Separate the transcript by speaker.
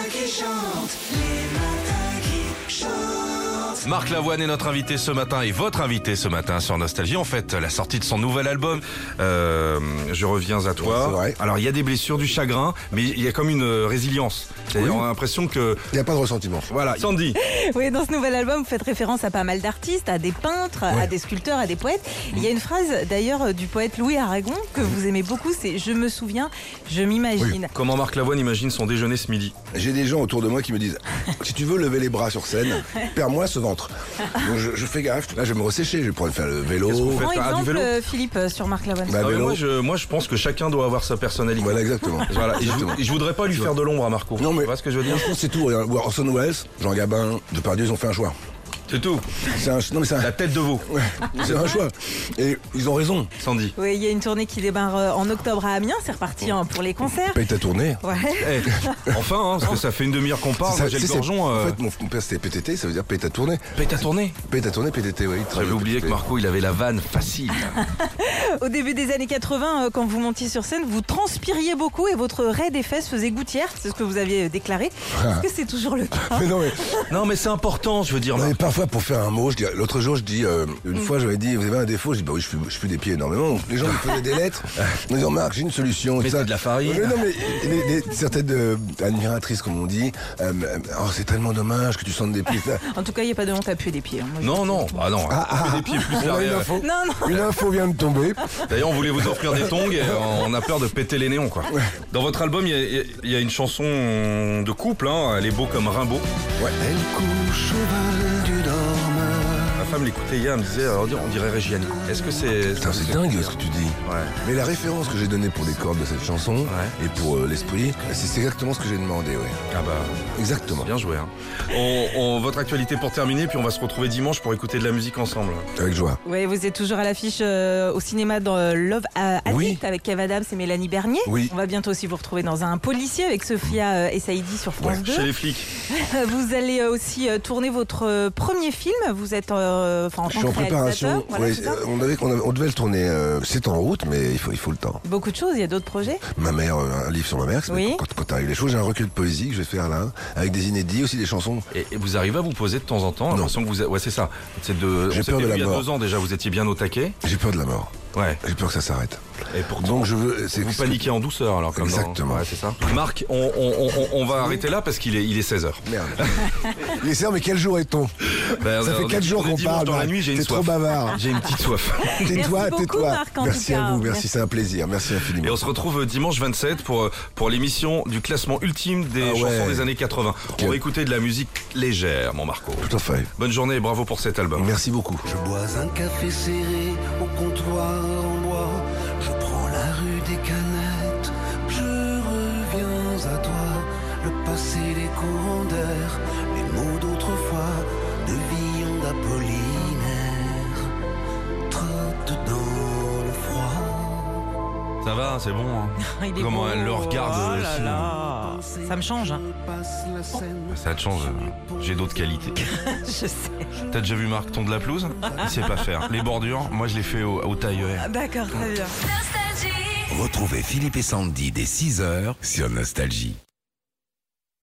Speaker 1: chantent, les matins qui chantent.
Speaker 2: Marc Lavoine est notre invité ce matin et votre invité ce matin sur Nostalgie. En fait, la sortie de son nouvel album, euh, Je reviens à toi.
Speaker 3: c'est vrai.
Speaker 2: Alors, il y a des blessures, du chagrin, mais il y a comme une euh, résilience. C'est-à-dire,
Speaker 3: Oui.
Speaker 2: On a l'impression que...
Speaker 3: Il n'y a pas de ressentiment.
Speaker 2: Voilà, Sandy,
Speaker 4: Oui, dans ce nouvel album, vous faites référence à pas mal d'artistes, à des peintres, à des sculpteurs, à des poètes. Il y a une phrase d'ailleurs euh, du poète Louis Aragon que vous aimez beaucoup, c'est Je me souviens, je m'imagine.
Speaker 2: comment Marc Lavoine imagine son déjeuner ce midi
Speaker 3: J'ai des gens autour de moi qui me disent si tu veux lever les bras sur scène, perds-moi ce ventre. Donc je, je fais gaffe. Là, je vais me ressécher. Je vais prendre faire le vélo.
Speaker 2: Qu'est-ce qu'on fait
Speaker 4: Prends
Speaker 2: Ah, du
Speaker 4: exemple,
Speaker 2: vélo
Speaker 4: euh, Philippe, euh, sur Marc Lavoine.
Speaker 3: Bah,
Speaker 2: Ah, mais
Speaker 3: vélo.
Speaker 2: moi, je, moi, je pense que chacun doit avoir sa personnalité.
Speaker 3: Voilà, exactement.
Speaker 2: Voilà, et je,
Speaker 3: Exactement.
Speaker 2: et je voudrais pas lui faire de l'ombre à Marco.
Speaker 3: Non, mais-
Speaker 2: Tu vois ce que je veux dire
Speaker 3: Je pense que c'est tout. Regarde, Orson Welles, Jean Gabin, Depardieu, ils ont fait un choix.
Speaker 2: C'est tout.
Speaker 3: C'est un, ch- non, mais c'est un,
Speaker 2: La tête de veau,
Speaker 3: c'est un choix. Et ils ont raison.
Speaker 2: Sandy.
Speaker 4: Oui, il y a une tournée qui démarre euh, en octobre à Amiens, c'est reparti hein, pour les concerts.
Speaker 3: Paye ta tournée.
Speaker 4: Ouais.
Speaker 2: Eh, enfin, hein, parce que ça fait une demi-heure qu'on parle,
Speaker 3: Ça,
Speaker 2: moi, j'ai
Speaker 3: tu
Speaker 2: le
Speaker 3: sais, c'est-
Speaker 2: Oh, gorgeon.
Speaker 3: En
Speaker 2: euh,
Speaker 3: fait, mon, mon père c'était PTT, ça veut dire paye ta tournée.
Speaker 2: Pète à tourner.
Speaker 3: Paye ta tournée, PTT, oui.
Speaker 2: J'avais oublié que Marco, il avait la vanne facile.
Speaker 4: Au début des années 80, euh, quand vous montiez sur scène, vous transpiriez beaucoup et votre raie des fesses faisait gouttière, c'est ce que vous aviez euh, déclaré.
Speaker 2: Ah.
Speaker 4: Est-ce que c'est toujours le cas
Speaker 3: Mais non, mais
Speaker 2: Non, mais c'est important, je veux dire.
Speaker 3: Non, mais
Speaker 2: Marc.
Speaker 3: parfois, pour faire un mot, je dis, l'autre jour, je dis, euh, une fois, j'avais dit, vous avez un défaut, je dis, bah oui, je fume, je fume des pieds énormément. Donc, Les gens me faisaient des lettres, en disant, Marc, j'ai une solution.
Speaker 2: Mettez
Speaker 3: ça.
Speaker 2: de la farine.
Speaker 3: Mais non, mais les- les- certaines euh, admiratrices, comme on dit, euh, oh, c'est tellement dommage que tu sentes des pieds. ça.
Speaker 4: En tout cas, il n'y a pas de honte à puer des pieds. hein. Moi, je-
Speaker 2: Non, non, bah non. que des pieds plus
Speaker 3: Ah, On a une
Speaker 2: l'arrière.
Speaker 3: info.
Speaker 4: Non, non.
Speaker 3: Une info vient de tomber.
Speaker 2: D'ailleurs, on voulait vous offrir des tongs et euh, on a peur de péter les néons, quoi. Dans votre album, il y a- il y, a une chanson de couple, hein, Elle est beau comme Rimbaud.
Speaker 3: Elle couche au bal du dormeur.
Speaker 2: Ma femme l'écoutait hier, elle me disait, alors, on dirait- on dirait Reggiani. Est-ce que c'est.
Speaker 3: Putain, c'est dingue ce que tu dis.
Speaker 2: Ouais.
Speaker 3: Mais la référence que j'ai donnée pour les cordes de cette chanson et pour euh, l'esprit, c'est c'est exactement ce que j'ai demandé, ouais.
Speaker 2: Ah bah.
Speaker 3: Exactement.
Speaker 2: Bien joué. Hein. On, on- votre actualité pour terminer, puis on va se retrouver dimanche pour écouter de la musique ensemble.
Speaker 3: Avec joie.
Speaker 4: Ouais, vous êtes toujours à l'affiche euh, au cinéma dans euh, Love euh, Addict
Speaker 3: Oui.
Speaker 4: avec Kev Adams et Mélanie Bernier.
Speaker 3: Oui.
Speaker 4: On va bientôt aussi vous retrouver dans un policier avec Sophia euh, et Saïdi sur France
Speaker 2: Chez les flics.
Speaker 4: 2. Vous allez euh, aussi euh, tourner votre euh, premier film. Vous êtes euh, enfin, en
Speaker 3: Je
Speaker 4: tant
Speaker 3: suis
Speaker 4: que
Speaker 3: en préparation.
Speaker 4: réalisateur. Voilà,
Speaker 3: Ouais,
Speaker 4: c'est ça.
Speaker 3: euh, on, avait, on, avait- on devait le tourner. euh, c'est en route, mais il faut, il faut le temps.
Speaker 4: Beaucoup de choses, il y a d'autres projets.
Speaker 3: Ma mère, euh, un livre sur ma mère. c'est-
Speaker 4: Oui.
Speaker 3: Quand, quand t'arrives les choses, j'ai un recueil de poésie que je vais faire là, avec des inédits, aussi des chansons.
Speaker 2: Et, et vous arrivez à vous poser de temps en temps. J'ai l'impression que vous. a- Ouais, c'est ça. C'est de.
Speaker 3: J'ai
Speaker 2: on s'était
Speaker 3: peur de
Speaker 2: vu
Speaker 3: la
Speaker 2: Il y a
Speaker 3: mort.
Speaker 2: deux ans déjà, vous étiez bien au taquet.
Speaker 3: J'ai peur de la mort.
Speaker 2: Ouais.
Speaker 3: J'ai peur que ça s'arrête.
Speaker 2: Et pourtant.
Speaker 3: Donc je veux. c'est-
Speaker 2: Vous paniquez en douceur alors comme dans-
Speaker 3: Exactement.
Speaker 2: Ouais, c'est ça. Marc, on, on- on- on va arrêter là parce qu'il est, il est 16h.
Speaker 3: Merde. Les sœurs, mais quel jour est-on
Speaker 2: Bah,
Speaker 3: Ça fait 4 jours qu'on parle.
Speaker 2: Dans la
Speaker 3: Marc.
Speaker 2: nuit, j'ai une
Speaker 3: T'es trop
Speaker 2: soif.
Speaker 3: bavard.
Speaker 2: J'ai une petite soif.
Speaker 3: Tais-toi,
Speaker 4: beaucoup,
Speaker 3: tais-toi.
Speaker 4: Marc, en tout
Speaker 3: Merci
Speaker 4: cas.
Speaker 3: à vous, merci,
Speaker 4: Merci.
Speaker 3: c'est un plaisir. Merci
Speaker 2: Et
Speaker 3: infiniment.
Speaker 2: on se retrouve dimanche 27 pour, euh, pour l'émission du classement ultime des
Speaker 3: Ah ouais.
Speaker 2: chansons des années 80. On
Speaker 3: Ok.
Speaker 2: va écouter de la musique légère, mon Marco.
Speaker 3: Tout à fait.
Speaker 2: Bonne journée et bravo pour cet album.
Speaker 3: Merci beaucoup.
Speaker 5: Je bois un café serré au comptoir en bois. Je prends la rue des canettes. Je reviens à toi. Le passé, les courants d'air, les mots d'autrefois, de Villon d'Apollinaire, trottent dans le froid.
Speaker 2: Ça va, c'est bon. hein.
Speaker 4: Il est
Speaker 2: Comment
Speaker 4: beau.
Speaker 2: elle le regarde,
Speaker 4: Oh là
Speaker 2: aussi.
Speaker 4: là. Ça me change. hein.
Speaker 5: Je passe la Seine.
Speaker 2: Ça te change. euh, J'ai d'autres qualités.
Speaker 4: Je sais.
Speaker 2: T'as déjà vu Marc tondre la pelouse Il sait pas faire. Les bordures, moi je les fais au, au tailleur.
Speaker 4: D'accord, très bien.
Speaker 6: Retrouvez Philippe et Sandy dès 6h sur Nostalgie.